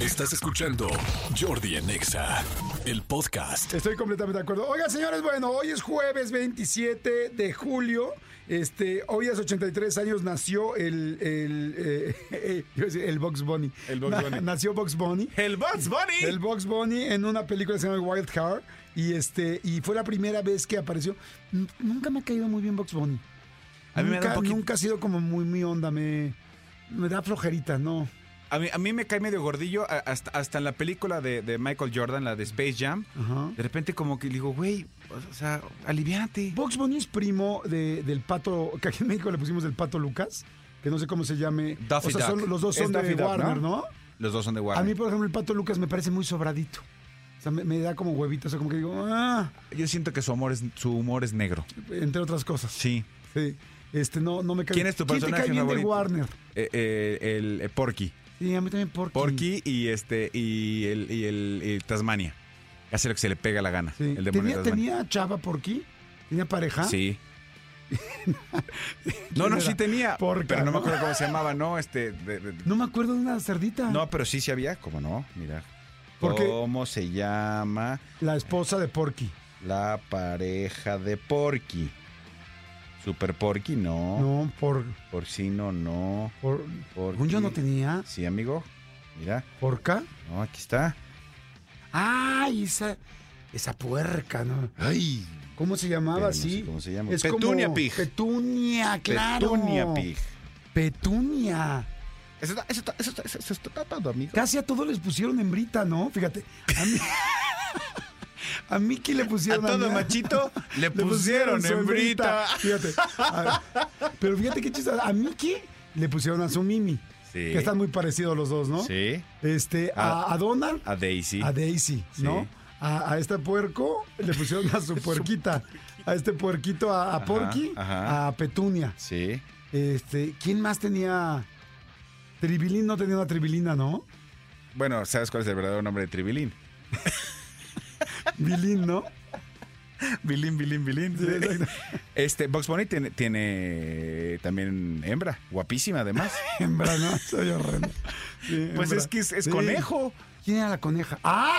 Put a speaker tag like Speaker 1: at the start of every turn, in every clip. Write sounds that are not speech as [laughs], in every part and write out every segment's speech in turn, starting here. Speaker 1: Estás escuchando Jordi en EXA, el podcast.
Speaker 2: Estoy completamente de acuerdo. Oiga, señores, bueno, hoy es jueves 27 de julio. Este, hoy hace 83 años nació el el eh, [laughs] eh, iba a decir, el Box Bunny.
Speaker 3: El Bugs
Speaker 2: Na-
Speaker 3: Bunny.
Speaker 2: nació Box Bunny.
Speaker 3: ¡El Bugs Bunny!
Speaker 2: El Box Bunny en una película que se llama Wild Heart y este y fue la primera vez que apareció. N- Nunca me ha caído muy bien Box Bunny.
Speaker 3: A mí me da
Speaker 2: nunca,
Speaker 3: un poquito-
Speaker 2: nunca ha sido como muy mi onda, me me da flojerita, no.
Speaker 3: A, mí, a mí me cae medio gordillo, a- hasta, hasta en la película de, de Michael Jordan, la de Space Jam.
Speaker 2: Ajá.
Speaker 3: De repente como que le digo, güey, o sea, aliviante.
Speaker 2: Box Bunny es primo de- del pato, que aquí en México le pusimos el pato Lucas, que no sé cómo se llame.
Speaker 3: Daffy
Speaker 2: o sea, son-
Speaker 3: Duck.
Speaker 2: los dos
Speaker 3: Es
Speaker 2: son de
Speaker 3: Daffy Duck,
Speaker 2: Warner, ¿no?
Speaker 3: ¿no? Los dos son de
Speaker 2: A mí,
Speaker 3: Warner.
Speaker 2: por ejemplo, el pato Lucas me parece muy sobradito. O sea, me, me da como huevito, o sea, como que digo, ah,
Speaker 3: Yo siento que su, amor es, su humor es negro.
Speaker 2: entre otras cosas.
Speaker 3: Sí.
Speaker 2: Sí. Este, no, no me cae
Speaker 3: ¿Quién es tu personaje
Speaker 2: ¿Quién te cae bien de
Speaker 3: favorito?
Speaker 2: Warner?
Speaker 3: Eh, eh, el eh, Porky.
Speaker 2: Sí, a mí también Porky.
Speaker 3: Porky y este y el, y el y Tasmania. Hace lo que se le pega la gana.
Speaker 2: Sí.
Speaker 3: El demonio de
Speaker 2: ¿Tenía,
Speaker 3: Tasmania.
Speaker 2: ¿Tenía chava Porky? ¿Tenía pareja?
Speaker 3: [laughs] Sí. no, no,
Speaker 2: Era
Speaker 3: sí tenía.
Speaker 2: porca,
Speaker 3: pero no me
Speaker 2: ¿no?
Speaker 3: acuerdo cómo se llamaba, ¿no? Este. de- de-
Speaker 2: No me acuerdo de una cerdita.
Speaker 3: No, pero sí se había, ¿cómo no? Mira.
Speaker 2: Porque-
Speaker 3: ¿Cómo se llama
Speaker 2: La esposa de Porky.
Speaker 3: la pareja de Porky? Super Porky, no.
Speaker 2: No, por...
Speaker 3: Porcino, no.
Speaker 2: por
Speaker 3: Porky.
Speaker 2: según yo no tenía.
Speaker 3: Sí, amigo. Mira.
Speaker 2: ¿Porca?
Speaker 3: No, aquí está.
Speaker 2: ¡Ay! Esa, esa puerca, ¿no?
Speaker 3: Ay.
Speaker 2: ¿Cómo se llamaba
Speaker 3: Pero no sé
Speaker 2: así?
Speaker 3: cómo se llama.
Speaker 2: Es
Speaker 3: Petunia
Speaker 2: como-
Speaker 3: Pig.
Speaker 2: Petunia, claro.
Speaker 3: Petunia Pig.
Speaker 2: Petunia.
Speaker 3: Eso está, eso está, eso está, eso está todo, amigo.
Speaker 2: Casi a todos les pusieron hembrita, ¿no? Fíjate. A mí, [laughs] a Mickey le
Speaker 3: A
Speaker 2: pusieron
Speaker 3: todo
Speaker 2: mí- [laughs]
Speaker 3: machito le
Speaker 2: le
Speaker 3: pusieron
Speaker 2: su
Speaker 3: hembrita.
Speaker 2: Fíjate. A- pero fíjate qué chiste. A Mickey le pusieron a su Mimi.
Speaker 3: Sí.
Speaker 2: Que están muy parecidos los dos, ¿no?
Speaker 3: Sí. Ah.
Speaker 2: Este, a, a Donald,
Speaker 3: A Daisy.
Speaker 2: a Daisy, ¿no?
Speaker 3: Sí.
Speaker 2: A, a este puerco le pusieron
Speaker 3: [laughs]
Speaker 2: a su puerquita. A este puerquito, a, a
Speaker 3: Ajá,
Speaker 2: Porky,
Speaker 3: ajá.
Speaker 2: a Petunia.
Speaker 3: Sí.
Speaker 2: Este, ¿quién más tenía? Tribilín no tenía una tribilina, ¿no?
Speaker 3: Bueno, ¿sabes cuál es el verdadero nombre de Tribilín?
Speaker 2: Bilín, ¿no?
Speaker 3: Bilín, Bilín, Bilín.
Speaker 2: Sí, exacto.
Speaker 3: [laughs] Este, Box Bunny tiene, tiene también hembra, guapísima además.
Speaker 2: Hembra, ¿no? [laughs] Soy horrendo. Sí,
Speaker 3: Pues
Speaker 2: hembra.
Speaker 3: es que es, es
Speaker 2: Sí.
Speaker 3: conejo.
Speaker 2: ¿Quién era la coneja? ¡Ah!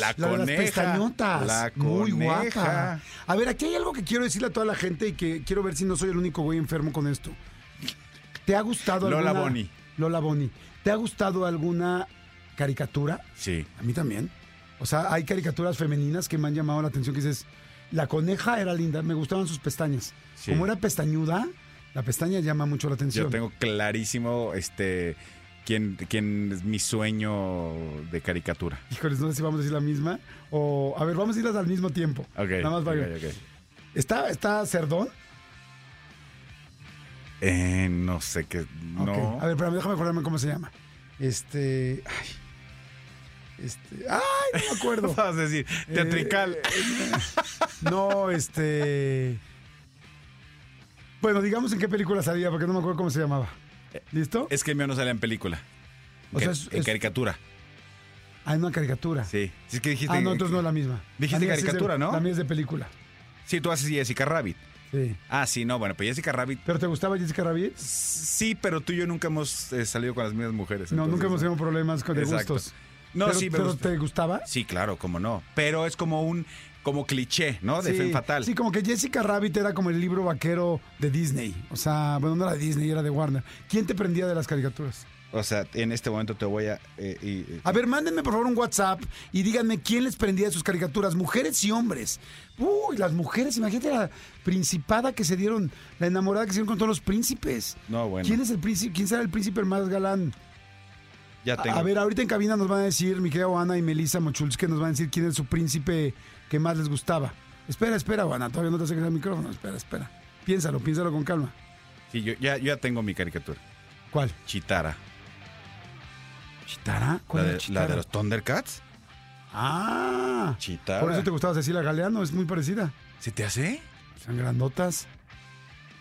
Speaker 3: La
Speaker 2: La de las pestañotas.
Speaker 3: La
Speaker 2: Muy
Speaker 3: coneja.
Speaker 2: guapa. A ver, aquí hay algo que quiero decirle a toda la gente y que quiero ver si no soy el único güey enfermo con esto. ¿Te ha gustado
Speaker 3: Lola
Speaker 2: alguna...
Speaker 3: Boni.
Speaker 2: Lola Boni. ¿Te ha gustado alguna caricatura?
Speaker 3: Sí.
Speaker 2: A mí también. O sea, hay caricaturas femeninas que me han llamado la atención que dices, la coneja era linda, me gustaban sus pestañas.
Speaker 3: Sí.
Speaker 2: Como era pestañuda, la pestaña llama mucho la atención.
Speaker 3: Yo tengo clarísimo este quién, quién es mi sueño de caricatura.
Speaker 2: Híjoles, no sé si vamos a decir la misma o a ver, vamos a irlas al mismo tiempo.
Speaker 3: Ok.
Speaker 2: Nada más para
Speaker 3: ok, ok.
Speaker 2: ¿Está está Cerdón?
Speaker 3: Eh, no sé qué. No.
Speaker 2: Ok. A
Speaker 3: [laughs]
Speaker 2: ver, pero déjame acordarme cómo se llama. Este, ay. Este, ay, no me
Speaker 3: [laughs]
Speaker 2: acuerdo.
Speaker 3: Vas a decir, teatrical.
Speaker 2: Eh, No, este. Bueno, digamos en qué película salía, porque no me acuerdo cómo se llamaba. ¿Listo?
Speaker 3: Es que el mío no sale en película.
Speaker 2: O
Speaker 3: En
Speaker 2: sea,
Speaker 3: ca-
Speaker 2: es-
Speaker 3: en
Speaker 2: es-
Speaker 3: caricatura.
Speaker 2: Ah, en una caricatura.
Speaker 3: Sí. Si es que dijiste.
Speaker 2: Ah, no, entonces no es la misma.
Speaker 3: Dijiste
Speaker 2: La mía sí es de-
Speaker 3: caricatura, ¿no?
Speaker 2: La mía es de película.
Speaker 3: Sí, tú haces Jessica Rabbit.
Speaker 2: Sí.
Speaker 3: Ah, sí, no, bueno, pues Jessica Rabbit.
Speaker 2: ¿Pero te gustaba Jessica Rabbit?
Speaker 3: Sí, pero tú y yo nunca hemos eh, salido con las mismas mujeres.
Speaker 2: No,
Speaker 3: entonces,
Speaker 2: nunca hemos tenido problemas con de
Speaker 3: Exacto.
Speaker 2: gustos.
Speaker 3: No,
Speaker 2: pero,
Speaker 3: sí, me
Speaker 2: pero
Speaker 3: gusta.
Speaker 2: ¿te gustaba?
Speaker 3: Sí, claro, cómo no. Pero es como un como cliché, ¿no? De Femme Fatal.
Speaker 2: Sí, como que Jessica Rabbit era como el libro vaquero de Disney. O sea, bueno, no era de Disney, era de Warner. ¿Quién te prendía de las caricaturas?
Speaker 3: O sea, en este momento te voy a. eh, y- eh,
Speaker 2: A ver, mándenme por favor un WhatsApp y díganme quién les prendía de sus caricaturas, mujeres y hombres. Uy, las mujeres, imagínate la principada que se dieron, la enamorada que se dieron con todos los príncipes.
Speaker 3: no, bueno.
Speaker 2: ¿Quién es el príncipe? ¿Quién será el príncipe más galán?
Speaker 3: Ya
Speaker 2: A-
Speaker 3: tengo.
Speaker 2: A ver, ahorita en cabina nos van a decir, mi querida Ana y Melissa Mochulski, nos van a decir quién es su príncipe que más les gustaba. Espera, espera, Ana, todavía no te acerques al micrófono. Espera, espera. Piénsalo, piénsalo con calma.
Speaker 3: Sí, yo ya, yo ya tengo mi caricatura.
Speaker 2: ¿Cuál?
Speaker 3: Chitara.
Speaker 2: ¿Chitara? ¿Cuál
Speaker 3: la,
Speaker 2: era
Speaker 3: de,
Speaker 2: Chitara?
Speaker 3: la de los Thundercats.
Speaker 2: Ah,
Speaker 3: Chitara.
Speaker 2: por eso te gustaba Cecilia Galeano, es muy parecida.
Speaker 3: ¿Se te hace?
Speaker 2: Son grandotas.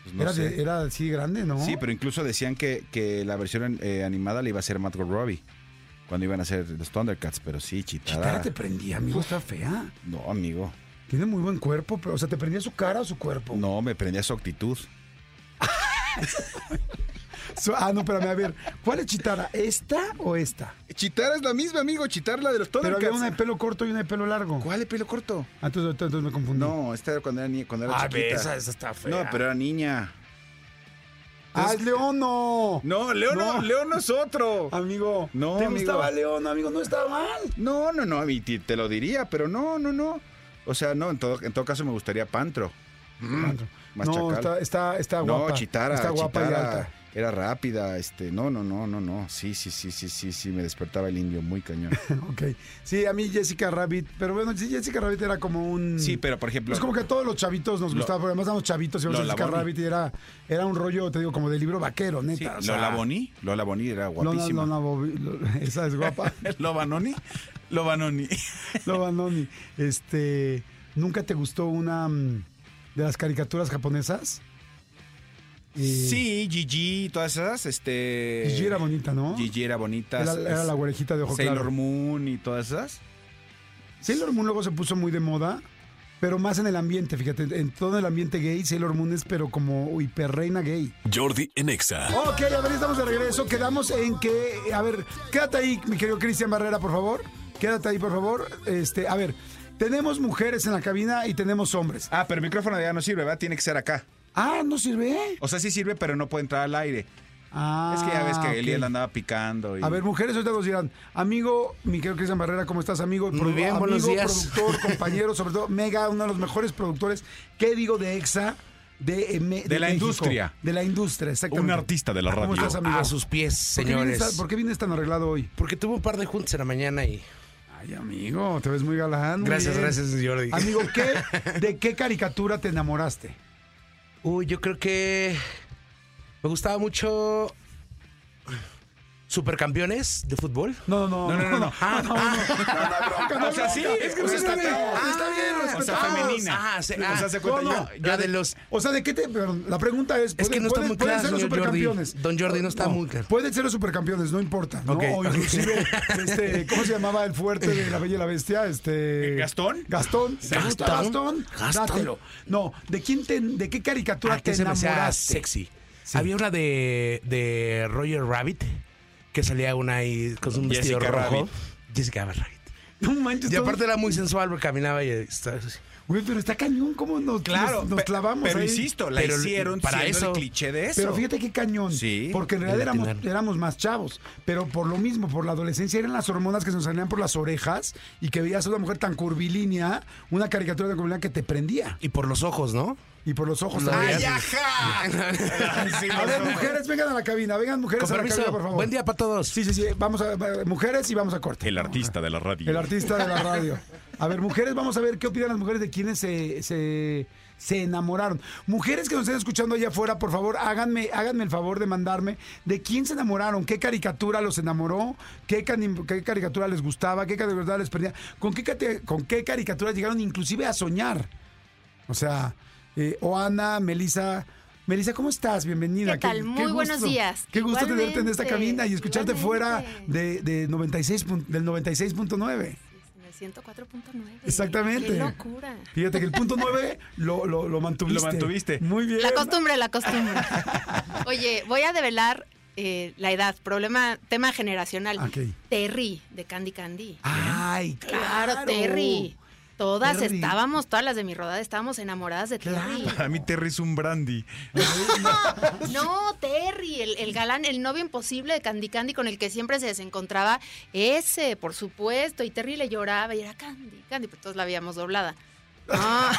Speaker 3: Pues no
Speaker 2: era,
Speaker 3: sé.
Speaker 2: de- era así grande, ¿no?
Speaker 3: Sí, pero incluso decían que, que la versión eh, animada la iba a hacer Matt Robbie cuando iban a hacer los Thundercats, pero sí, Chitara.
Speaker 2: Chitara te prendía, amigo. Está fea.
Speaker 3: No, amigo.
Speaker 2: Oh. Tiene muy buen cuerpo, pero, o sea, ¿te prendía su cara o su cuerpo?
Speaker 3: No, me prendía su actitud.
Speaker 2: So- ah, no, espérame, a ver. ¿Cuál es Chitara? ¿Esta o esta?
Speaker 3: Chitar es la misma, amigo. Chitar la de los
Speaker 2: Pero
Speaker 3: Thundercats.
Speaker 2: había una de pelo corto y una de pelo largo.
Speaker 3: ¿Cuál de pelo corto?
Speaker 2: Ah, entonces, entonces- entonces me confundí.
Speaker 3: No, esta era cuando era niña. Cuando era
Speaker 2: Ah,
Speaker 3: chiquita.
Speaker 2: esa, esa está fea.
Speaker 3: No, pero era niña.
Speaker 2: ¡Ah, es León, no!
Speaker 3: No, Leo no,
Speaker 2: No.
Speaker 3: Leo no es otro.
Speaker 2: Amigo,
Speaker 3: No,
Speaker 2: ¿te
Speaker 3: amigo.
Speaker 2: gustaba León, amigo? No estaba mal.
Speaker 3: No, no, no, y te, te lo diría, pero no, no, no. O sea, no, en todo, en todo caso me gustaría Pantro. Mm, Más
Speaker 2: no,
Speaker 3: chacal.
Speaker 2: está, está, está guapa.
Speaker 3: no, Chitara,
Speaker 2: Está guapa
Speaker 3: Chitara
Speaker 2: y alta. [laughs]
Speaker 3: era rápida, este, no, no, no, no, no. Sí, sí, sí, sí, sí, sí, me despertaba el indio
Speaker 2: [laughs]
Speaker 3: muy cañón.
Speaker 2: Ok. Sí, a mí Jessica Rabbit. Pero bueno, sí, Jessica Rabbit era como un.
Speaker 3: Sí, pero, por ejemplo-
Speaker 2: Es como que a todos los chavitos nos
Speaker 3: Lo-
Speaker 2: gustaba. Porque además éramos chavitos y vemos
Speaker 3: Lola
Speaker 2: Jessica
Speaker 3: Bonnie.
Speaker 2: Rabbit y era, era un rollo, te digo, como de libro vaquero, neta. o sea,
Speaker 3: Lola Boni, Lola Boni era
Speaker 2: Lola-
Speaker 3: guapísima. [laughs]
Speaker 2: Lola Bobi- Lo- [laughs] esa es guapa.
Speaker 3: Loba Noni, Loba Noni.
Speaker 2: Lola Noni. Este. ¿Nunca te gustó una mm, de las caricaturas japonesas? Eh,
Speaker 3: Sí, Gigi, todas esas, este...
Speaker 2: Gigi era bonita, ¿no?
Speaker 3: Gigi era bonita.
Speaker 2: Era, era
Speaker 3: es-
Speaker 2: la orejita de ojo
Speaker 3: Sailor
Speaker 2: claro.
Speaker 3: Moon y todas esas.
Speaker 2: Sailor Moon luego se puso muy de moda, pero más en el ambiente, fíjate, en todo el ambiente gay, Sailor Moon es pero como hiperreina gay.
Speaker 1: Jordi en Exa.
Speaker 2: Ok, a ver, estamos de regreso, quedamos en que, a ver, quédate ahí, mi querido Cristian Barrera, por favor, quédate ahí, por favor, este, a ver, tenemos mujeres en la cabina y tenemos hombres.
Speaker 3: Ah, pero el micrófono ya no sirve, ¿verdad? Tiene que ser acá.
Speaker 2: Ah, ¿no sirve?
Speaker 3: O sea, sí sirve, pero no puede entrar al aire.
Speaker 2: Ah,
Speaker 3: es que ya ves que
Speaker 2: ok.
Speaker 3: Elías la andaba picando. y-
Speaker 2: A ver, mujeres, ahorita nos dirán, amigo, mi querido Cristian Barrera, ¿cómo estás, amigo?
Speaker 4: Muy bien,
Speaker 2: amigo,
Speaker 4: buenos días.
Speaker 3: [laughs]
Speaker 2: productor, compañero, sobre todo, mega, uno de los mejores productores, ¿qué digo de EXA? De, eh, me-
Speaker 3: la
Speaker 2: México.
Speaker 3: industria.
Speaker 2: De la industria, exactamente.
Speaker 3: Un artista de la
Speaker 2: ¿Cómo
Speaker 3: radio.
Speaker 2: estás, amigo?
Speaker 4: A sus pies,
Speaker 2: ¿Por qué vienes
Speaker 4: señores.
Speaker 2: tan- ¿Por qué vienes tan arreglado hoy?
Speaker 4: Porque tuve un par de juntas en la mañana y.
Speaker 2: Ay, amigo, te ves muy galán. muy
Speaker 4: Gracias,
Speaker 2: bien.
Speaker 4: gracias, Jordi.
Speaker 2: Amigo,
Speaker 3: [laughs]
Speaker 2: ¿qué, ¿de qué caricatura te enamoraste?
Speaker 4: Uy, yo creo que. Me gustaba mucho. Supercampeones de fútbol.
Speaker 2: No, no,
Speaker 3: No,
Speaker 2: [laughs]
Speaker 3: no, no, no.
Speaker 4: Ah,
Speaker 3: O sea, sí, es que
Speaker 2: o sea,
Speaker 3: está bien.
Speaker 2: está bien,
Speaker 3: Ah,
Speaker 4: ah, o sea,
Speaker 2: respetamos.
Speaker 4: femenina. Ah, se-
Speaker 3: O sea,
Speaker 4: ah,
Speaker 3: se cuenta
Speaker 2: no,
Speaker 3: yo-
Speaker 2: no,
Speaker 3: yo
Speaker 4: la
Speaker 3: de-
Speaker 4: de los.
Speaker 2: O sea, ¿de qué te.? Perdón, la pregunta es.
Speaker 4: Es que no está muy
Speaker 2: pueden
Speaker 4: claro,
Speaker 2: ser los
Speaker 4: señor Jordi.
Speaker 2: supercampeones.
Speaker 4: Don Jordi no está muy claro.
Speaker 2: Pueden ser los supercampeones, no importa. ¿no?
Speaker 4: Ok,
Speaker 2: O
Speaker 4: ok. [laughs]
Speaker 2: inclusive, este, ¿cómo se llamaba el fuerte de la Bella y la Bestia? Este.
Speaker 3: ¿Eh, ¿Gastón?
Speaker 2: Gastón. ¿Te gusta
Speaker 4: ¿Gastón?
Speaker 2: Gastón?
Speaker 4: Gastón.
Speaker 2: Dátelo. No, ¿de quién te, de qué caricatura
Speaker 4: Ah,
Speaker 2: te
Speaker 4: que se me hacía
Speaker 2: enamoraste?
Speaker 4: sexy. Había una de, de Roger Rabbit que salía una ahí con un vestido
Speaker 3: Jessica
Speaker 4: rojo.
Speaker 3: Rabbit.
Speaker 4: Jessica Rabbit.
Speaker 2: No manches.
Speaker 4: Y
Speaker 2: todo-
Speaker 4: aparte era muy sensual porque caminaba y estaba así.
Speaker 2: Güey, pero está cañón, ¿cómo nos,
Speaker 3: [laughs] Claro,
Speaker 2: nos, nos
Speaker 3: pe-
Speaker 2: clavamos?
Speaker 3: Pero
Speaker 2: ahí?
Speaker 3: insisto, la
Speaker 4: Pero
Speaker 3: hicieron
Speaker 4: para
Speaker 3: para
Speaker 4: eso-
Speaker 3: el cliché de eso.
Speaker 2: Pero
Speaker 3: [laughs]
Speaker 2: fíjate qué cañón.
Speaker 3: Sí.
Speaker 2: Porque en realidad
Speaker 4: Le
Speaker 2: éramos,
Speaker 4: atinaron.
Speaker 2: éramos más chavos. Pero por lo mismo, por la adolescencia, eran las hormonas que se nos salían por las orejas y que veías a una mujer tan curvilínea, una caricatura tan curvilínea que te prendía.
Speaker 4: Y por los ojos, ¿no? Ah,
Speaker 2: Y por los ojos
Speaker 4: Lo
Speaker 2: también.
Speaker 4: veías.
Speaker 3: Ah,
Speaker 2: A ver, mujeres, vengan a la cabina, vengan mujeres
Speaker 4: Con
Speaker 2: a la cabina,
Speaker 4: permiso.
Speaker 2: por favor.
Speaker 4: Buen día para todos.
Speaker 2: Sí, sí, sí. Vamos a va- mujeres y vamos a corte.
Speaker 3: El artista de la radio.
Speaker 2: El artista de la radio. A ver, mujeres, vamos a ver qué opinan las mujeres de quienes se, se, se enamoraron. Mujeres que nos estén escuchando allá afuera, por favor, háganme, háganme el favor de mandarme de quién se enamoraron, qué caricatura los enamoró, qué, cani- qué caricatura les gustaba, qué caricatura les perdía, con qué, cate- con qué caricatura llegaron inclusive a soñar. O sea, eh, Oana, Melissa. Melissa, ¿cómo estás? Bienvenida.
Speaker 5: ¿Qué tal? Muy buenos
Speaker 2: gusto.
Speaker 5: días.
Speaker 2: Qué gusto tenerte en esta
Speaker 5: Igualmente,
Speaker 2: cabina y escucharte fuera de,
Speaker 5: igualmente.
Speaker 2: de 96, pun- del 96.9.
Speaker 5: En el 104.9.
Speaker 2: Exactamente.
Speaker 5: Qué locura.
Speaker 2: Fíjate que el punto 9 lo, lo, lo mantuviste.
Speaker 3: Lo mantuviste.
Speaker 2: Muy bien.
Speaker 5: La costumbre,
Speaker 2: [laughs]
Speaker 5: la costumbre. Oye, voy a develar eh, la edad, problema, tema generacional.
Speaker 2: Ok.
Speaker 5: Terry, de Candy Candy.
Speaker 2: Ay, claro.
Speaker 5: claro, Terry. Todas
Speaker 2: Terry.
Speaker 5: estábamos, todas las de mi rodada estábamos enamoradas de Terry.
Speaker 3: Para mí Terry es un brandy.
Speaker 5: [laughs] No, Terry, el, el galán, el novio imposible de Candy Candy con el que siempre se desencontraba, ese, por supuesto. Y Terry le lloraba y era Candy, Candy, pues todos la habíamos doblada. Ah.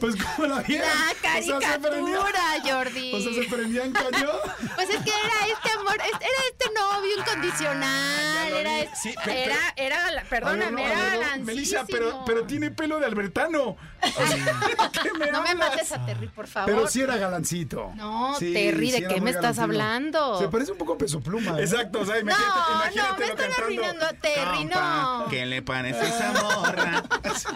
Speaker 2: Pues cómo la vieron.
Speaker 5: La
Speaker 2: O sea, se prendió-
Speaker 5: Ah, caricatura, Jordi.
Speaker 2: O sea, se prendían cañón.
Speaker 5: Pues es que era este amor, es- era este novio
Speaker 3: Ah,
Speaker 5: incondicional, era, es-
Speaker 3: Sí, pero-
Speaker 5: era, era, la- [laughs] perdóname,
Speaker 3: A ver, no, a
Speaker 5: era
Speaker 3: ver, no.
Speaker 5: gansísimo.
Speaker 3: Melissa, pero, pero tiene pelo de albertano.
Speaker 5: No me mates a Terry, por favor.
Speaker 2: Pero sí era galancito.
Speaker 5: No,
Speaker 2: Sí,
Speaker 5: Terry,
Speaker 2: sí
Speaker 5: ¿de
Speaker 2: era
Speaker 5: qué
Speaker 2: muy
Speaker 5: me estás
Speaker 2: galancino.
Speaker 5: hablando?
Speaker 2: Se parece un poco a peso pluma. ¿eh?
Speaker 3: Exacto, o sea,
Speaker 5: No,
Speaker 3: imagínate,
Speaker 5: no, me
Speaker 3: imagínatelo
Speaker 5: están
Speaker 3: cantando.
Speaker 5: arruinando a Terry, no.
Speaker 3: Compa, le parece esa [laughs] morra?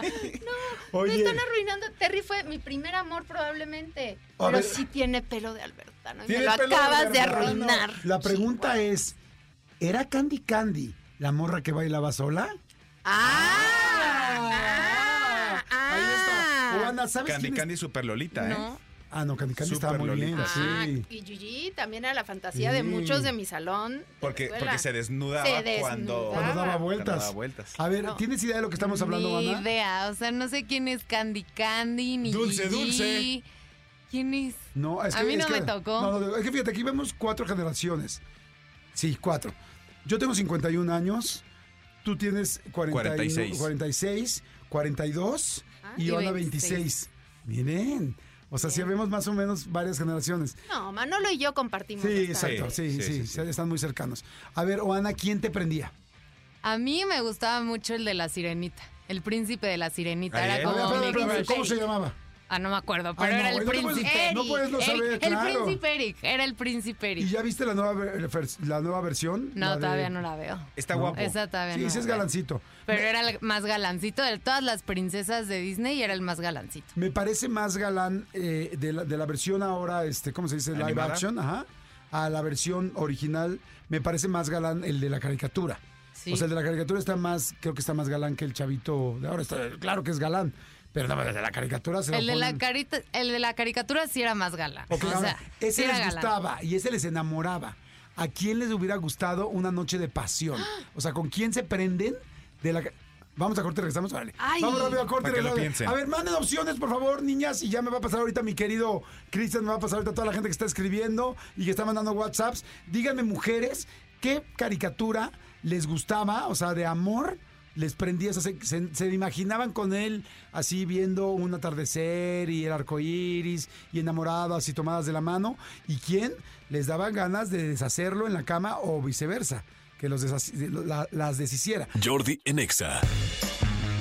Speaker 5: Me
Speaker 2: Oye,
Speaker 5: están arruinando. Terry fue mi primer amor probablemente.
Speaker 2: A
Speaker 5: Pero
Speaker 2: ver.
Speaker 5: sí tiene pelo de Albertano. Y me
Speaker 3: Tiene
Speaker 5: lo
Speaker 3: pelo de
Speaker 5: acabas de
Speaker 3: Albertano.
Speaker 5: arruinar.
Speaker 2: la pregunta es: ¿era Candy Candy la morra que bailaba sola?
Speaker 5: ¡Ah! ¡Ah!
Speaker 2: Ahí está.
Speaker 5: ¡Ah!
Speaker 2: Juana, ¿sabes
Speaker 3: Candy
Speaker 2: quién es?
Speaker 3: Candy Super Lolita, ¿eh?
Speaker 5: No,
Speaker 2: Ah, no, Candy Candy estaba
Speaker 6: Súper
Speaker 2: muy bien.
Speaker 6: Lolita,
Speaker 5: Ah,
Speaker 2: sí.
Speaker 5: y Gigi también era la fantasía de muchos de mi salón. de
Speaker 6: Porque,
Speaker 5: la escuela.
Speaker 6: porque se desnudaba
Speaker 5: Se
Speaker 6: cuando,
Speaker 5: desnudaba.
Speaker 2: Cuando daba
Speaker 6: cuando
Speaker 2: vueltas.
Speaker 6: daba vueltas.
Speaker 3: Ah,
Speaker 2: A ver,
Speaker 5: No.
Speaker 2: ¿tienes idea de lo que estamos hablando,
Speaker 7: Ni
Speaker 2: Ana?
Speaker 7: idea, o sea, no sé quién es Candy Candy, ni
Speaker 6: Dulce,
Speaker 7: Gigi.
Speaker 6: dulce.
Speaker 7: ¿Quién es?
Speaker 2: No, es
Speaker 7: A
Speaker 2: que-
Speaker 7: mí
Speaker 2: es
Speaker 7: no
Speaker 2: que-
Speaker 7: me tocó.
Speaker 2: No, no, es que fíjate, aquí vemos cuatro generaciones. Sí, cuatro. Yo tengo 51 años, tú tienes
Speaker 6: 46.
Speaker 2: 46, 46 42
Speaker 5: Ah,
Speaker 2: y
Speaker 7: y
Speaker 2: Ana 26.
Speaker 7: 26.
Speaker 2: Miren, o sea, sí vemos más o menos varias generaciones.
Speaker 5: No, Manolo y yo compartimos.
Speaker 2: Sí,
Speaker 5: esta-
Speaker 2: exacto, sí
Speaker 6: Sí,
Speaker 2: sí,
Speaker 6: sí, sí, sí.
Speaker 2: están muy cercanos. A ver, Oana, ¿quién te prendía?
Speaker 7: A mí me gustaba mucho el de la sirenita, el príncipe de la sirenita.
Speaker 6: Ariel.
Speaker 7: Era
Speaker 2: A ver,
Speaker 7: como
Speaker 2: espérame,
Speaker 7: mi
Speaker 2: espérame,
Speaker 7: príncipe.
Speaker 2: ¿Cómo se llamaba?
Speaker 7: Ah, no me acuerdo,
Speaker 2: Ah,
Speaker 7: pero
Speaker 2: no,
Speaker 7: era el
Speaker 2: no puedes-
Speaker 7: príncipe Eric.
Speaker 2: no puedes no
Speaker 7: Eric,
Speaker 2: saber,
Speaker 7: el
Speaker 2: claro.
Speaker 7: príncipe Eric, era el príncipe Eric.
Speaker 2: ¿Y ya viste la nueva, ver- eh, la nueva versión?
Speaker 7: No,
Speaker 2: La de-
Speaker 7: todavía no la veo.
Speaker 6: Está
Speaker 2: No.
Speaker 6: guapo.
Speaker 7: Esa todavía
Speaker 2: Sí,
Speaker 7: no.
Speaker 2: ese
Speaker 7: la
Speaker 2: es
Speaker 7: veo.
Speaker 2: galancito.
Speaker 7: Pero era el más galancito de todas las princesas de Disney, era el más galancito.
Speaker 2: Me parece más galán eh, de, la, de la versión ahora, este, ¿cómo se dice? Live
Speaker 6: ¿Animada?
Speaker 2: action, ajá. A la versión original, me parece más galán el de la caricatura.
Speaker 7: Sí.
Speaker 2: O sea, el de la caricatura está más, creo que está más galán que el chavito de ahora. Está- claro que es galán, pero no, el de la caricatura se lo
Speaker 7: el, de la
Speaker 2: ponen-
Speaker 7: carita, el de la caricatura sí era más galán.
Speaker 2: Ok,
Speaker 7: o
Speaker 2: ahora,
Speaker 7: sea, sí
Speaker 2: ese
Speaker 7: era
Speaker 2: les
Speaker 7: galán.
Speaker 2: gustaba y ese les enamoraba. ¿A quién les hubiera gustado una noche de
Speaker 7: [gasps]
Speaker 2: pasión? O sea, ¿con quién se prenden de la... ca- Vamos a corte, regresamos, órale.
Speaker 5: Ay.
Speaker 2: Vamos rápido a corte,
Speaker 6: Para que lo
Speaker 2: regresamos.
Speaker 6: piensen.
Speaker 2: A ver, manden opciones, por favor, niñas. Y ya me va a pasar ahorita mi querido Cristian, me va a pasar ahorita toda la gente que está escribiendo y que está mandando WhatsApps. Díganme, mujeres, ¿qué caricatura les gustaba? O sea, de amor. Les prendía, o sea, se, se- se imaginaban con él así viendo un atardecer y el arco iris y enamoradas y tomadas de la mano. ¿Y quién les daba ganas de deshacerlo en la cama o viceversa? Que los deshac- la- las deshiciera.
Speaker 1: Jordi en Exa.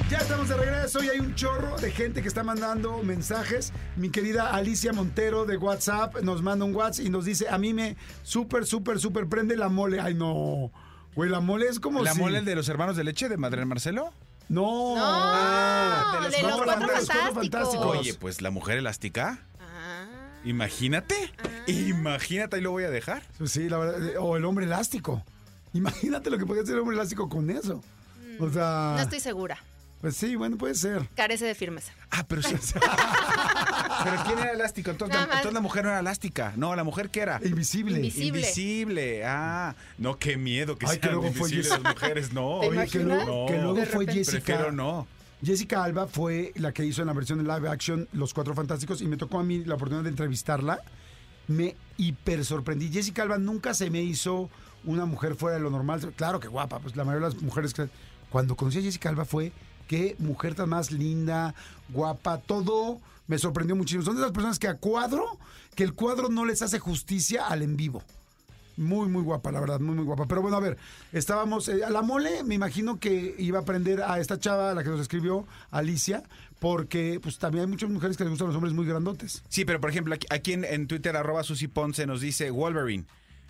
Speaker 2: Ya estamos de regreso y hay un chorro de gente que está mandando mensajes. Mi querida Alicia Montero de WhatsApp nos manda un WhatsApp y nos dice, a mí me súper, súper, súper prende la mole. Ay, no. Güey, la mole es como
Speaker 3: ¿La
Speaker 2: si-
Speaker 3: mole el de los hermanos de leche de Madre Marcelo?
Speaker 2: No.
Speaker 5: No,
Speaker 6: Ah,
Speaker 5: de los
Speaker 2: Los
Speaker 5: cuatro
Speaker 2: Cuatro
Speaker 5: fantásticos.
Speaker 2: Fantásticos.
Speaker 6: Oye, pues la mujer elástica.
Speaker 5: Ah.
Speaker 6: Imagínate.
Speaker 5: Ah.
Speaker 6: Imagínate, ahí lo voy a dejar.
Speaker 2: Sí, la verdad. eh, O el hombre elástico. Imagínate lo que podría hacer el hombre elástico con eso. O sea...
Speaker 5: Mm. No estoy segura.
Speaker 2: Pues sí, bueno, puede ser.
Speaker 5: Carece de firmeza.
Speaker 3: Ah, pero
Speaker 5: [laughs]
Speaker 3: sí. pero ¿quién era elástico? Entonces, la-
Speaker 5: Nada más.
Speaker 3: entonces la mujer no era elástica. No, la mujer ¿qué era?
Speaker 2: Invisible.
Speaker 5: Invisible.
Speaker 3: Invisible.
Speaker 6: Ah, no, qué miedo que
Speaker 2: Ay,
Speaker 6: sean
Speaker 2: que luego fue
Speaker 6: invisibles
Speaker 2: Jess-
Speaker 6: las mujeres, no.
Speaker 5: ¿Te
Speaker 2: Oye, que
Speaker 5: imaginas?
Speaker 2: luego,
Speaker 6: No,
Speaker 2: que luego
Speaker 5: de
Speaker 2: fue
Speaker 5: repente.
Speaker 2: Jessica.
Speaker 6: Prefiero no.
Speaker 2: Jessica Alba fue la que hizo en la versión de live action Los Cuatro Fantásticos y me tocó a mí la oportunidad de entrevistarla. Me hiper sorprendí. Jessica Alba nunca se me hizo una mujer fuera de lo normal. Claro que guapa, pues la mayoría de las mujeres que... Cuando conocí a Jessica Alba fue qué mujer tan más linda, guapa, todo me sorprendió muchísimo. Son de las personas que a cuadro, que el cuadro no les hace justicia al en vivo. Muy, muy guapa, la verdad, muy, muy guapa. Pero bueno, a ver, estábamos. eh, a la mole, me imagino que iba a aprender a esta chava, la que nos escribió, Alicia, porque pues también hay muchas mujeres que les gustan los hombres muy grandotes.
Speaker 3: Sí, pero por ejemplo, aquí, aquí en, en Twitter, arroba Susi Ponce nos dice Wolverine.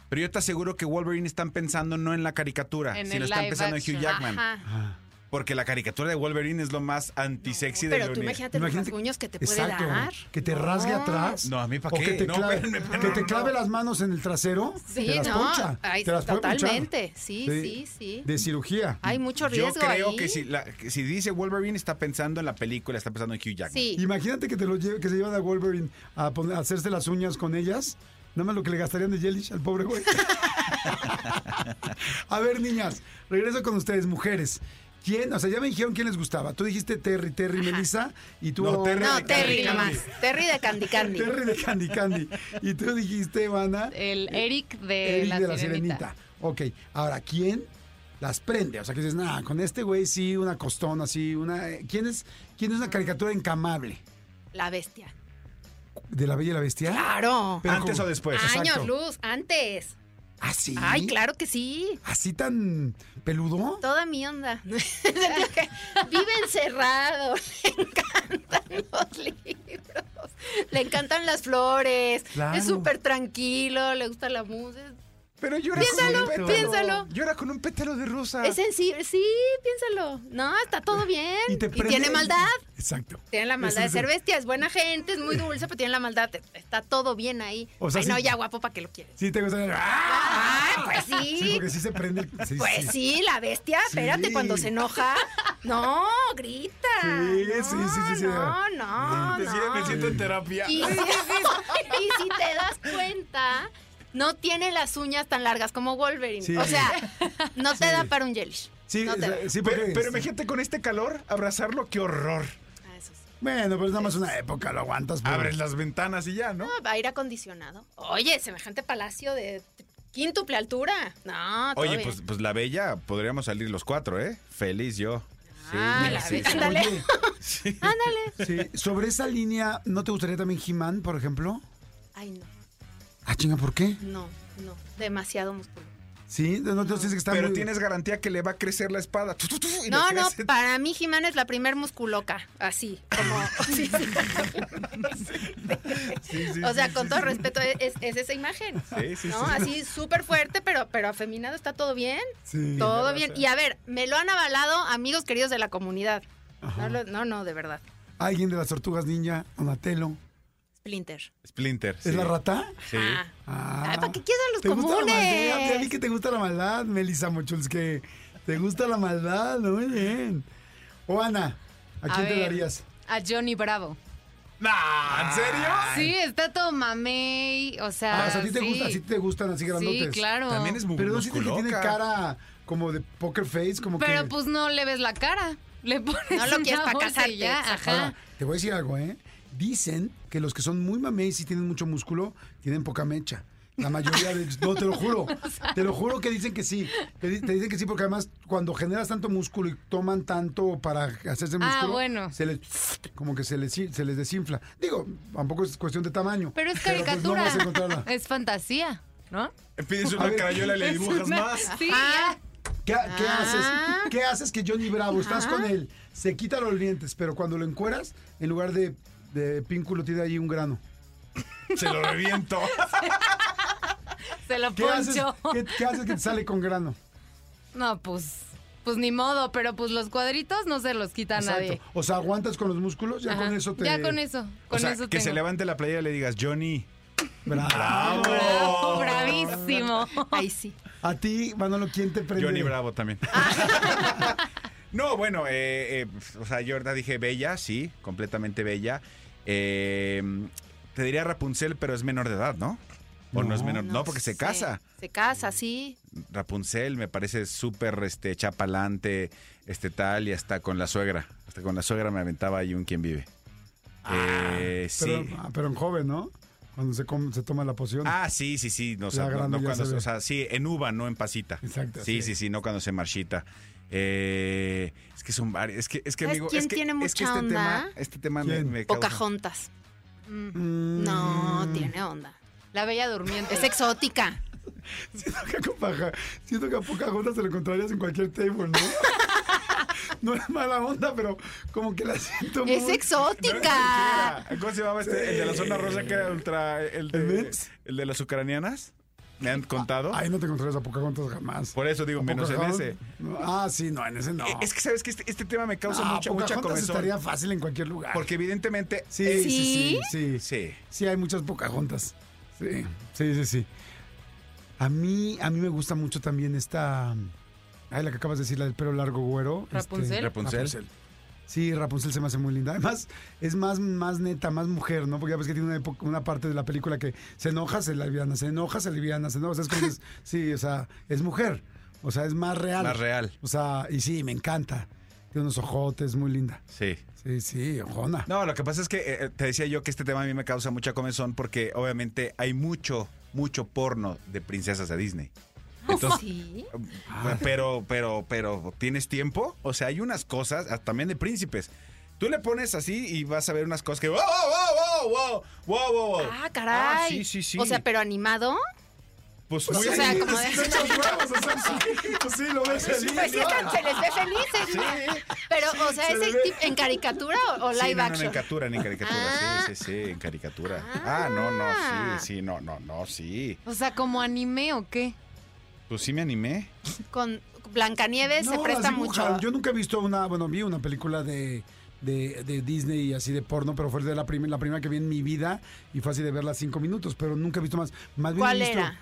Speaker 3: Pero yo te aseguro que Wolverine están pensando no en la caricatura,
Speaker 2: Ah,
Speaker 7: En el
Speaker 3: sino están
Speaker 7: live
Speaker 3: pensando en Hugh
Speaker 7: action.
Speaker 3: Jackman.
Speaker 5: Ajá.
Speaker 3: Porque la caricatura de Wolverine es lo más antisexy del
Speaker 5: Pero tú
Speaker 3: universo.
Speaker 5: imagínate,
Speaker 2: Imagínate-
Speaker 5: los rasguños que te puede
Speaker 2: Exacto,
Speaker 5: dar.
Speaker 2: Que te rasgue
Speaker 5: No.
Speaker 2: atrás.
Speaker 3: No, a mí, ¿pa'
Speaker 2: o
Speaker 3: qué?
Speaker 2: Que te,
Speaker 3: No,
Speaker 2: clave,
Speaker 3: espérame, espérame,
Speaker 2: que te clave las manos en el trasero.
Speaker 5: Sí,
Speaker 2: te las
Speaker 5: no.
Speaker 2: poncha.
Speaker 5: Ay,
Speaker 2: te las puede ponchar.
Speaker 5: totalmente. Sí, sí, sí.
Speaker 2: De cirugía.
Speaker 5: Hay mucho
Speaker 3: Yo
Speaker 5: riesgo
Speaker 3: creo
Speaker 5: ahí.
Speaker 3: que si, la- que si dice Wolverine está pensando en la película, está pensando en Hugh Jackman.
Speaker 5: Sí.
Speaker 2: Imagínate que te lo lleve, que se llevan a Wolverine a, poner- a hacerse las uñas con ellas. Nada más lo que le gastarían de Jellish al pobre güey. [laughs] a ver, niñas, regreso con ustedes, mujeres. ¿Quién? O sea, ya me dijeron quién les gustaba. Tú dijiste Terry, Terry, Melissa, y tú.
Speaker 6: No, Terry
Speaker 5: No,
Speaker 6: de
Speaker 5: Terry
Speaker 6: Candy Candy.
Speaker 5: nomás. Terry de Candy Candy.
Speaker 2: Terry de Candy Candy. Y tú dijiste, Ivana,
Speaker 7: El Eric de,
Speaker 2: Eh, Eric
Speaker 7: Eh, la,
Speaker 2: de la
Speaker 7: sirenita.
Speaker 2: Sirenita. Ok, ahora, ¿quién las prende? O sea, que dices, nada, con este güey sí, una costona, sí, una. eh, ¿Quién es, ¿Quién es una caricatura encamable?
Speaker 5: La bestia.
Speaker 2: ¿De la Bella y la Bestia?
Speaker 5: Claro.
Speaker 2: Pero
Speaker 3: Antes
Speaker 2: como-
Speaker 3: o después.
Speaker 5: Años
Speaker 2: Pues, exacto.
Speaker 5: luz, antes.
Speaker 2: ¿Así?
Speaker 5: Ay, claro que sí.
Speaker 2: ¿Ah, ¿Así tan peludo?
Speaker 5: Toda mi onda. [laughs] Vive encerrado. [laughs] Le encantan los libros. Le encantan las flores.
Speaker 2: Claro.
Speaker 5: Es súper tranquilo. Le gusta la música.
Speaker 3: Pero llora
Speaker 5: Piénsalo,
Speaker 3: con un pétalo.
Speaker 5: piénsalo.
Speaker 3: Llora con un pétalo de rosa.
Speaker 5: Es sensible. Sí, piénsalo. No,
Speaker 2: [laughs]
Speaker 5: está todo bien. Y,
Speaker 2: prende-
Speaker 5: tiene maldad.
Speaker 2: Exacto.
Speaker 5: Tiene la maldad de
Speaker 2: Eso es-
Speaker 5: ser bestia. Es buena gente, es muy dulce, pero tiene la maldad. Está todo bien ahí.
Speaker 2: O sea,
Speaker 5: Ay,
Speaker 2: sí-
Speaker 5: no, ya guapo, ¿para qué lo quieres?
Speaker 2: Sí, te gusta. ¡Ah!
Speaker 5: Ah, pues
Speaker 2: Sí,
Speaker 5: sí.
Speaker 2: porque sí se prende. Sí,
Speaker 5: Pues sí, la bestia, espérate, cuando se enoja, No, grita.
Speaker 2: Sí,
Speaker 5: no,
Speaker 2: sí, sí, sí, sí,
Speaker 5: No, no,
Speaker 3: Te siento-
Speaker 5: no.
Speaker 3: me siento en terapia.
Speaker 5: Y, si- [laughs] y si te das cuenta, no tiene las uñas tan largas como Wolverine.
Speaker 2: Sí.
Speaker 5: O sea, no te da para un Jellish.
Speaker 2: Sí,
Speaker 5: No te da.
Speaker 2: Pues, sí, porque-
Speaker 3: Pero, pero imagínate con este calor, abrazarlo, qué horror.
Speaker 5: Ah, eso sí.
Speaker 2: Bueno, pero es nada más una época, lo aguantas. pero-
Speaker 3: Abres las ventanas y ya, ¿no?
Speaker 5: No, va a ir acondicionado. Oye, semejante palacio de quíntuple altura. No, todo
Speaker 3: Oye,
Speaker 5: bien.
Speaker 3: pues, pues la bella, podríamos salir los cuatro, ¿eh? Feliz yo.
Speaker 5: Ah, la
Speaker 3: sí,
Speaker 5: ve-
Speaker 3: sí.
Speaker 5: ándale,
Speaker 2: Oye,
Speaker 5: ándale.
Speaker 2: sí, sobre esa línea, ¿no te gustaría también He-Man, por ejemplo?
Speaker 5: Ay, no,
Speaker 2: Ah, chinga, ¿por qué?
Speaker 5: no, no. Demasiado músculo.
Speaker 3: [laughs]
Speaker 2: Sí, no, no tienes que estar
Speaker 3: Pero
Speaker 2: muy-
Speaker 3: tienes garantía que le va a crecer la espada. Tu, tu, tu, y le
Speaker 5: No, no,
Speaker 3: crece.
Speaker 5: para mí Jimena es la primer musculoca, así,
Speaker 3: [laughs]
Speaker 5: como... [laughs] Sí, sí. o sea, con todo respeto, e, es, es esa imagen,
Speaker 3: Sí, sí,
Speaker 5: ¿no?
Speaker 3: sí.
Speaker 5: Así súper fuerte, pero, pero afeminado, ¿está todo bien?
Speaker 2: Sí.
Speaker 5: todo bien. Y a ver, me lo han avalado amigos queridos de la comunidad. No, lo- no, no, de verdad.
Speaker 2: Alguien de las tortugas ninja, Donatello.
Speaker 5: Splinter.
Speaker 3: Splinter.
Speaker 2: ¿Es
Speaker 3: sí.
Speaker 2: la rata?
Speaker 3: Sí.
Speaker 5: Ah.
Speaker 2: Ah.
Speaker 5: Ay, ¿para qué quieres
Speaker 7: Pues
Speaker 5: a los
Speaker 2: ¿Te gusta la maldad?
Speaker 5: [laughs]
Speaker 2: Ya vi
Speaker 5: comunes?
Speaker 2: que te gusta la maldad, Melissa Mochuls, que te gusta la maldad, ¿no? Muy bien. O Ana, ¿a
Speaker 7: A
Speaker 2: quién te
Speaker 7: ver,
Speaker 2: darías?
Speaker 7: A Johnny Bravo.
Speaker 3: Nah, ¿En serio?
Speaker 7: Sí, está todo mamey. O sea.
Speaker 2: Ah, o sea, a ti te
Speaker 7: sí.
Speaker 2: gusta, a ti te gustan así grandotes.
Speaker 7: Sí, claro.
Speaker 3: También es muy
Speaker 2: Pero no sientes que tiene
Speaker 3: musculoca.
Speaker 2: cara como de poker face, como que...
Speaker 7: Pero pues no le ves la cara. Le pones
Speaker 5: No lo quieres pa'
Speaker 7: una bolsa y
Speaker 5: casarte,
Speaker 7: ya,
Speaker 5: exacto.
Speaker 7: ajá.
Speaker 2: Ahora, te voy a decir algo, ¿eh? Dicen que los que son muy mameis y tienen mucho músculo, tienen poca mecha. La mayoría
Speaker 7: [laughs]
Speaker 2: de... No, te lo juro. Te lo juro que dicen que sí. Te, di- te dicen que sí porque además cuando generas tanto músculo y toman tanto para hacerse
Speaker 7: Ah,
Speaker 2: músculo...
Speaker 7: bueno.
Speaker 2: Se les... Como que se les, se les desinfla. Digo, tampoco es cuestión de tamaño.
Speaker 7: Pero es
Speaker 2: pues, no
Speaker 7: caricatura.
Speaker 2: vas a encontrarla.
Speaker 7: es fantasía, ¿no?
Speaker 3: Pides
Speaker 2: A
Speaker 3: una
Speaker 2: ver.
Speaker 3: crayola y le
Speaker 7: Es
Speaker 3: dibujas
Speaker 2: Pues,
Speaker 7: una-
Speaker 3: más.
Speaker 7: [laughs] Sí,
Speaker 5: Ah.
Speaker 7: ya.
Speaker 2: ¿Qué, qué
Speaker 5: Ah.
Speaker 2: haces? ¿Qué haces que Johnny Bravo? Estás con él, se quita los dientes, pero cuando lo encueras, en lugar de, de pínculo tiene ahí un grano.
Speaker 3: Se lo
Speaker 7: [laughs]
Speaker 3: reviento.
Speaker 7: Se lo
Speaker 2: ¿Qué haces,
Speaker 7: poncho.
Speaker 2: ¿Qué- qué haces que te sale con grano?
Speaker 7: [laughs] No, pues. Pues ni modo, pero pues los cuadritos no se los quita
Speaker 2: Exacto.
Speaker 7: nadie.
Speaker 2: O sea, aguantas con los músculos, ya
Speaker 7: Ajá.
Speaker 2: con eso te.
Speaker 7: Ya con eso. Con
Speaker 3: o sea,
Speaker 7: eso
Speaker 3: que se
Speaker 7: tengo.
Speaker 3: levante la playa y le digas, Johnny.
Speaker 2: Bravo.
Speaker 7: Bravo, bravísimo.
Speaker 5: Ahí sí.
Speaker 2: A ti, Manolo, ¿quién te prende?
Speaker 3: Johnny Bravo
Speaker 7: [laughs]
Speaker 3: también. no, bueno, eh, eh, o sea, yo ahorita dije bella, sí, completamente bella. Eh, te diría Rapunzel, pero es menor de edad, ¿no? O no, es menor, no, porque se
Speaker 5: sé.
Speaker 3: casa.
Speaker 5: Se casa, sí.
Speaker 3: Rapunzel me parece súper este, chapalante, este tal, y hasta con la suegra. Hasta con la suegra me aventaba ahí un quien vive. Eh,
Speaker 2: Ah, Pero,
Speaker 3: sí.
Speaker 2: ah, pero en joven, ¿no? Cuando se, com- se toma la poción. [laughs]
Speaker 3: Ah, sí, sí, sí. No, o sea,
Speaker 2: Ya
Speaker 3: no-
Speaker 2: grande
Speaker 3: no
Speaker 2: ya
Speaker 3: cuando,
Speaker 2: se ve.
Speaker 3: o sea, sí, en uva, no en pasita.
Speaker 2: Exacto,
Speaker 3: Sí,
Speaker 2: sí.
Speaker 3: sí, sí, no cuando se marchita. Eh, es que son varios. Es que, es que
Speaker 5: ¿Sabes
Speaker 3: amigo,
Speaker 5: quién
Speaker 3: es que,
Speaker 5: tiene
Speaker 3: es que
Speaker 5: mucha
Speaker 3: este
Speaker 5: onda?
Speaker 3: tema, este tema me,
Speaker 2: ¿Quién?
Speaker 3: me causa-
Speaker 5: Pocahontas.
Speaker 2: Mm.
Speaker 5: No, tiene onda.
Speaker 7: La bella durmiente.
Speaker 5: Es exótica.
Speaker 2: [laughs] Siento que, a Copaja- siento que a Pocahontas se lo encontrarías en cualquier table, ¿no? [laughs] no es mala onda, pero como que la siento muy...
Speaker 5: Es exótica.
Speaker 3: ¿Cómo se llamaba este? El de la zona rosa que era ultra. El
Speaker 2: ¿El
Speaker 3: de,
Speaker 2: Vince?
Speaker 3: el de las ucranianas. Me han contado.
Speaker 2: Ay, no te encontrarías a Pocahontas jamás.
Speaker 3: Por eso digo,
Speaker 2: ¿A
Speaker 3: menos en
Speaker 2: Pocahontas?
Speaker 3: ese.
Speaker 2: Ah, sí, no, en ese no.
Speaker 3: Eh, Es que sabes que este, este tema me causa
Speaker 2: Ah,
Speaker 3: mucha, mucha
Speaker 2: Pocahontas
Speaker 3: comezón.
Speaker 2: estaría fácil en cualquier lugar.
Speaker 3: Porque evidentemente.
Speaker 2: Sí,
Speaker 3: eh,
Speaker 2: sí, sí, sí, sí.
Speaker 3: sí.
Speaker 2: hay muchas Pocahontas. Sí, sí, sí, sí. A mí, a mí me gusta mucho también esta... Ay, la que acabas de decir, la del pelo largo güero. este,
Speaker 7: Rapunzel.
Speaker 3: Rapunzel.
Speaker 2: Sí, Rapunzel se me hace muy linda. Además, es más, más neta, más mujer, ¿no? Porque ya ves que tiene una, época- una parte de la película que se enoja, se liviana, se enoja, se liviana, se enoja. O sea, es como que
Speaker 5: [laughs]
Speaker 2: es- sí, o sea, es mujer. O sea, es más real.
Speaker 3: Más real.
Speaker 2: O sea, y sí, me encanta. Tiene unos ojotes, muy linda.
Speaker 3: Sí.
Speaker 2: Sí, sí, ojona.
Speaker 3: No, lo que pasa es que eh, eh, te decía yo que este tema a mí me causa mucha comezón porque obviamente hay mucho, mucho porno de princesas de Disney.
Speaker 5: [laughs]
Speaker 3: Entonces,
Speaker 5: Sí. Ah.
Speaker 3: eh, pero, pero, pero, ¿tienes tiempo? O sea, hay unas cosas, ah, también de príncipes. Tú le pones así y vas a ver unas cosas que. ¡Wow, wow, wow, wow! ¡Wow, wow, wow!
Speaker 5: Ah, caray.
Speaker 3: Ah, sí, sí, sí.
Speaker 5: O sea, pero animado.
Speaker 3: pues,
Speaker 5: o
Speaker 3: muy
Speaker 5: sea,
Speaker 3: bien.
Speaker 5: como de-
Speaker 2: Sí,
Speaker 5: [laughs]
Speaker 2: son los huevos, o sea, sí, pues sí, lo ves así,
Speaker 5: Pues sí,
Speaker 2: ¿no?
Speaker 5: están- se les ve felices. ¿no? Pero, o sea,
Speaker 2: se
Speaker 5: ¿es
Speaker 2: le
Speaker 5: el
Speaker 2: ve.
Speaker 5: tip en caricatura o, o
Speaker 3: Sí,
Speaker 5: live
Speaker 3: no, no,
Speaker 5: action?
Speaker 3: en caricatura, en caricatura.
Speaker 5: Ah.
Speaker 3: Sí, sí, sí, en caricatura.
Speaker 5: Ah.
Speaker 3: Ah, no, no, sí, sí, no, no, no, sí.
Speaker 7: O sea, como anime o qué?
Speaker 3: Pues sí me animé.
Speaker 5: Con Blancanieves se
Speaker 2: No,
Speaker 5: presta
Speaker 2: las dibujaron.
Speaker 5: mucho.
Speaker 2: Yo nunca he visto una, bueno, vi una película de, de, de Disney y así de porno, pero fue de la, prim- la primera que vi en mi vida y fue así de verla cinco minutos, pero nunca he visto más. más bien he
Speaker 5: ¿Cuál
Speaker 2: visto-
Speaker 5: era?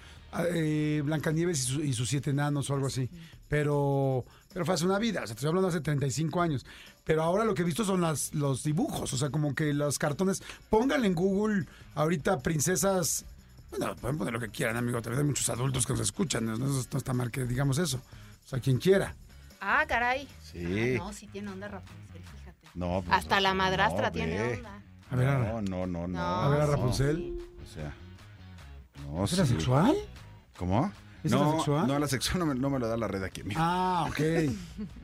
Speaker 2: eh, Blancanieves y, su- y sus siete enanos o algo así. Pero, pero fue hace una vida, o sea, te estoy hablando hace 35 años. Pero ahora lo que he visto son las, los dibujos, o sea, como que los cartones. Pónganle en Google ahorita princesas. Bueno, pueden poner lo que quieran, amigo. También hay muchos adultos que nos escuchan. No, no- no está mal que digamos eso. O sea, quien quiera.
Speaker 5: Ah, caray.
Speaker 3: Sí.
Speaker 5: Ah, no, sí tiene onda Rapunzel, fíjate.
Speaker 3: No, pues,
Speaker 5: Hasta la
Speaker 3: no,
Speaker 5: madrastra
Speaker 3: ve.
Speaker 5: tiene onda.
Speaker 2: A ver, a,
Speaker 3: No, no, no, no.
Speaker 5: No,
Speaker 2: a ver a
Speaker 3: no.
Speaker 2: Rapunzel.
Speaker 3: O sea. No,
Speaker 2: ¿Era
Speaker 3: sí.
Speaker 2: sexual?
Speaker 3: ¿Cómo?
Speaker 2: ¿Es
Speaker 3: no,
Speaker 2: transexual?
Speaker 3: no, la sexual no me, no me lo da la red aquí, amigo.
Speaker 2: Ah, ok.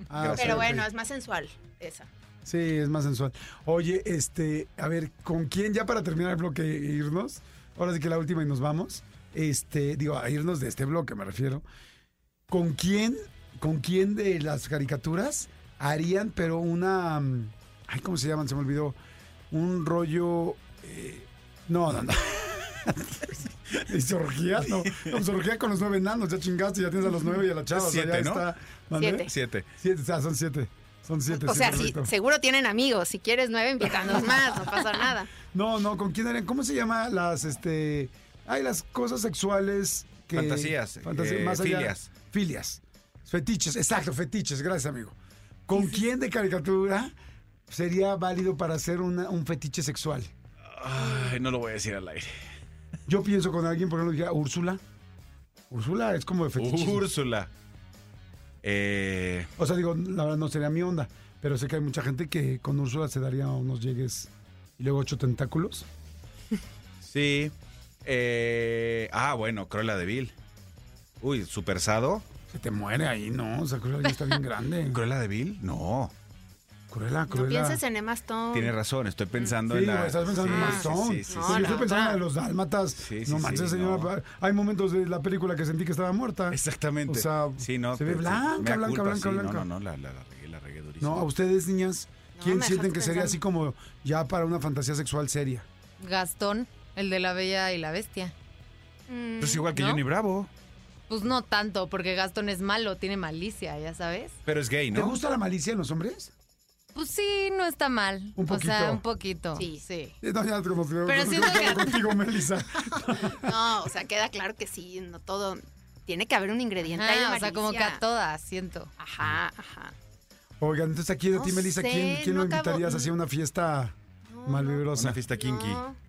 Speaker 2: Ah,
Speaker 3: Gracias.
Speaker 2: ok,
Speaker 5: Pero
Speaker 2: ok.
Speaker 5: bueno, es más sensual esa.
Speaker 2: Sí, es más sensual. Oye, este, a ver, ¿con quién ya para terminar el bloque e irnos? Ahora sí que la última y nos vamos. Este, digo, a irnos de este bloque me refiero. ¿Con quién, con quién de las caricaturas harían, pero una, mm, ay, ¿cómo se llaman? Se me olvidó. Un rollo, eh, no, no, [laughs] no. ¿Y orgía? No, no pues, orgía con los nueve enanos, ya chingaste, ya tienes a los nueve y a la chava. o sea,
Speaker 3: Siete,
Speaker 2: ya
Speaker 3: ¿no?
Speaker 2: está. ¿Mande?
Speaker 5: Siete.
Speaker 3: Siete.
Speaker 2: Siete, ah, son siete. Son siete.
Speaker 5: o
Speaker 2: sí,
Speaker 5: sea, sí,
Speaker 2: correcto.
Speaker 5: seguro tienen amigos. Si quieres nueve, invítanos más, no pasa nada.
Speaker 2: No, no, ¿con quién harían? ¿Cómo se llama las, este... Hay las cosas sexuales que...
Speaker 3: Fantasías, eh, filias.
Speaker 2: Filias. Fetiches, exacto, fetiches. Gracias, amigo. ¿Con quién de caricatura sería válido para hacer una- un fetiche sexual?
Speaker 3: Ay, no lo voy a decir al aire.
Speaker 2: Yo pienso con alguien, por ejemplo, dije, Úrsula. Úrsula es como de fetiche.
Speaker 3: Úrsula. Eh,
Speaker 2: o sea, digo, la verdad no sería mi onda, pero sé que hay mucha gente que con Úrsula se daría unos llegues y luego ocho tentáculos.
Speaker 3: sí. Eh, ah, bueno, Cruella de Vil. Uy, supersado.
Speaker 2: Se te muere ahí, ¿no? O sea, Cruella ya está bien grande.
Speaker 3: [laughs] ¿Cruella de Vil? No.
Speaker 2: Cruella,
Speaker 5: No
Speaker 2: Cruella.
Speaker 5: pienses en Emma Stone.
Speaker 3: Tiene razón, estoy pensando
Speaker 2: Sí,
Speaker 3: en la.
Speaker 2: güey, estás pensando en
Speaker 5: sí,
Speaker 2: Emma Stone.
Speaker 3: Sí, sí, sí,
Speaker 2: Sí,
Speaker 5: No,
Speaker 3: sí.
Speaker 2: yo estoy
Speaker 5: la
Speaker 2: pensando
Speaker 5: otra.
Speaker 2: en los dálmatas.
Speaker 3: Sí, sí,
Speaker 2: no
Speaker 3: sí,
Speaker 2: manches,
Speaker 3: no.
Speaker 2: señora. Hay momentos de la película que sentí que estaba muerta.
Speaker 3: Exactamente.
Speaker 2: O sea,
Speaker 3: sí, no,
Speaker 2: se ve
Speaker 3: pero-
Speaker 2: blanca,
Speaker 3: mea
Speaker 2: blanca,
Speaker 3: culpa,
Speaker 2: blanca,
Speaker 3: sí,
Speaker 2: blanca.
Speaker 3: No, no, no, la, la, la regué, la regué durísimo.
Speaker 2: No, a ustedes, niñas,
Speaker 5: No,
Speaker 2: ¿quién
Speaker 5: me
Speaker 2: sienten
Speaker 5: dejaste
Speaker 2: que sería
Speaker 5: pensando.
Speaker 2: así como ya para una fantasía sexual seria?
Speaker 7: Gastón, el de la Bella y la Bestia.
Speaker 5: Mm,
Speaker 3: Pues igual que
Speaker 7: ¿No?
Speaker 3: Johnny Bravo.
Speaker 7: Pues no tanto, porque Gastón es malo, tiene malicia, ya sabes.
Speaker 3: Pero es gay,
Speaker 2: ¿Te
Speaker 3: ¿no?
Speaker 2: gusta la malicia en los hombres?
Speaker 7: Pues sí, no está mal.
Speaker 2: Un
Speaker 7: O sea,
Speaker 2: poquito.
Speaker 7: un poquito.
Speaker 5: Sí, sí.
Speaker 2: Eh, No, ya como
Speaker 7: Pero siento que-
Speaker 2: contigo, Melissa.
Speaker 5: No, o sea, queda claro que sí, no todo. Tiene que haber un ingrediente ahí de
Speaker 7: Ah, o sea, como que a
Speaker 5: malicia.
Speaker 7: todas, siento.
Speaker 5: Ajá, ajá.
Speaker 2: Oigan, entonces aquí de
Speaker 5: No
Speaker 2: ti, Melissa, ¿quién,
Speaker 5: sé,
Speaker 2: quién
Speaker 5: no
Speaker 2: lo
Speaker 5: acabo-
Speaker 2: invitarías así a una fiesta
Speaker 5: No,
Speaker 2: malvibrosa?
Speaker 3: Una fiesta kinky.
Speaker 5: no.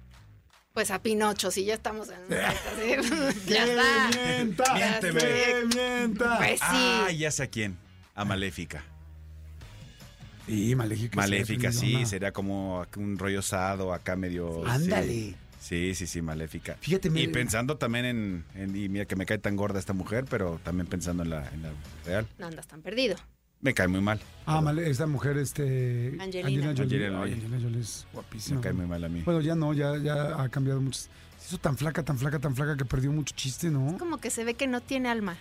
Speaker 5: Pues a Pinocho, si ya estamos en. [laughs] ya
Speaker 2: ¡Que
Speaker 5: está.
Speaker 2: mienta!
Speaker 5: Miénteme.
Speaker 2: ¡Que mienta!
Speaker 5: Pues
Speaker 3: Ah,
Speaker 5: sí.
Speaker 3: ya sé a quién.
Speaker 2: Ah.
Speaker 3: A Maléfica.
Speaker 2: Sí, maléfica.
Speaker 3: Maléfica, sí,
Speaker 2: prendidona.
Speaker 3: sería como un rollo osado acá medio. sí.
Speaker 2: Ándale.
Speaker 3: Sí, sí, sí, Maléfica.
Speaker 2: Fíjate,
Speaker 3: Y
Speaker 2: Mel-
Speaker 3: pensando también en, en- Y mira que me cae tan gorda esta mujer, pero también pensando en la, en la real.
Speaker 5: No andas tan perdido.
Speaker 3: Me cae muy mal.
Speaker 2: Ah, mal, esta mujer, este.
Speaker 5: Angelina.
Speaker 2: Jolie.
Speaker 3: Angelina
Speaker 2: Ay,
Speaker 3: Jolie.
Speaker 2: Angelina Jolie es
Speaker 3: Me
Speaker 2: guapísima. Pues,
Speaker 3: cae muy mal a mí.
Speaker 2: Bueno, ya no, ya, ya ha cambiado mucho. Se hizo tan flaca, tan flaca, tan flaca que perdió mucho chiste, ¿no?
Speaker 5: Como que se ve que no tiene alma.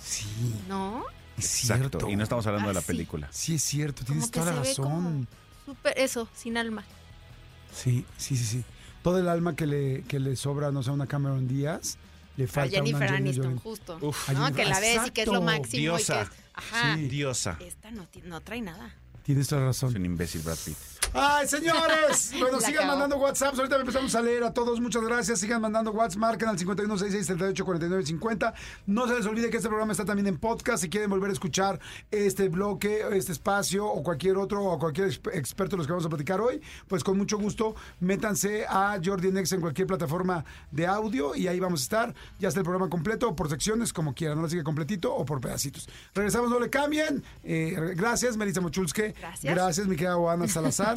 Speaker 2: Sí,
Speaker 5: ¿No?
Speaker 2: es
Speaker 3: Exacto.
Speaker 2: cierto.
Speaker 3: Y no estamos hablando de la
Speaker 5: Ah, sí.
Speaker 3: película.
Speaker 2: Sí, es cierto, tienes
Speaker 5: Como que
Speaker 2: toda la
Speaker 5: se ve como-
Speaker 2: razón.
Speaker 5: Súper, eso, sin alma.
Speaker 2: Sí, sí, sí, sí. Todo el alma que le, que le sobra, no sé, a una Cameron Díaz, le
Speaker 5: A
Speaker 2: falta a una
Speaker 5: Jennifer
Speaker 2: Angelina
Speaker 5: Aniston,
Speaker 2: Jolie.
Speaker 5: justo.
Speaker 3: Uf.
Speaker 5: ¿No?
Speaker 2: Jennifer-
Speaker 5: Que la ves y que es lo
Speaker 2: Exacto.
Speaker 5: máximo y
Speaker 3: Diosa.
Speaker 5: que es. Ajá.
Speaker 2: Sí.
Speaker 3: Diosa.
Speaker 5: Esta no, ti- no trae nada.
Speaker 2: Tienes toda la razón.
Speaker 3: Es un imbécil, Brad Pitt.
Speaker 2: ¡Ay,
Speaker 7: [laughs]
Speaker 2: señores! Bueno,
Speaker 7: La
Speaker 2: sigan
Speaker 7: acabó.
Speaker 2: mandando WhatsApp. Ahorita empezamos a leer a todos. Muchas gracias. Sigan mandando WhatsApp. Marcan al 5166-384950. No se les olvide que este programa está también en podcast. Si quieren volver a escuchar este bloque, este espacio o cualquier otro o cualquier exp- experto de los que vamos a platicar hoy, pues con mucho gusto métanse a Jordi Nex en cualquier plataforma de audio y ahí vamos a estar. Ya está el programa completo o por secciones, como quieran. No lo sigue completito o por pedacitos. Regresamos, no le cambien. Eh, gracias, Melissa Mochulske.
Speaker 5: Gracias.
Speaker 2: Gracias, mi querida Ana Salazar.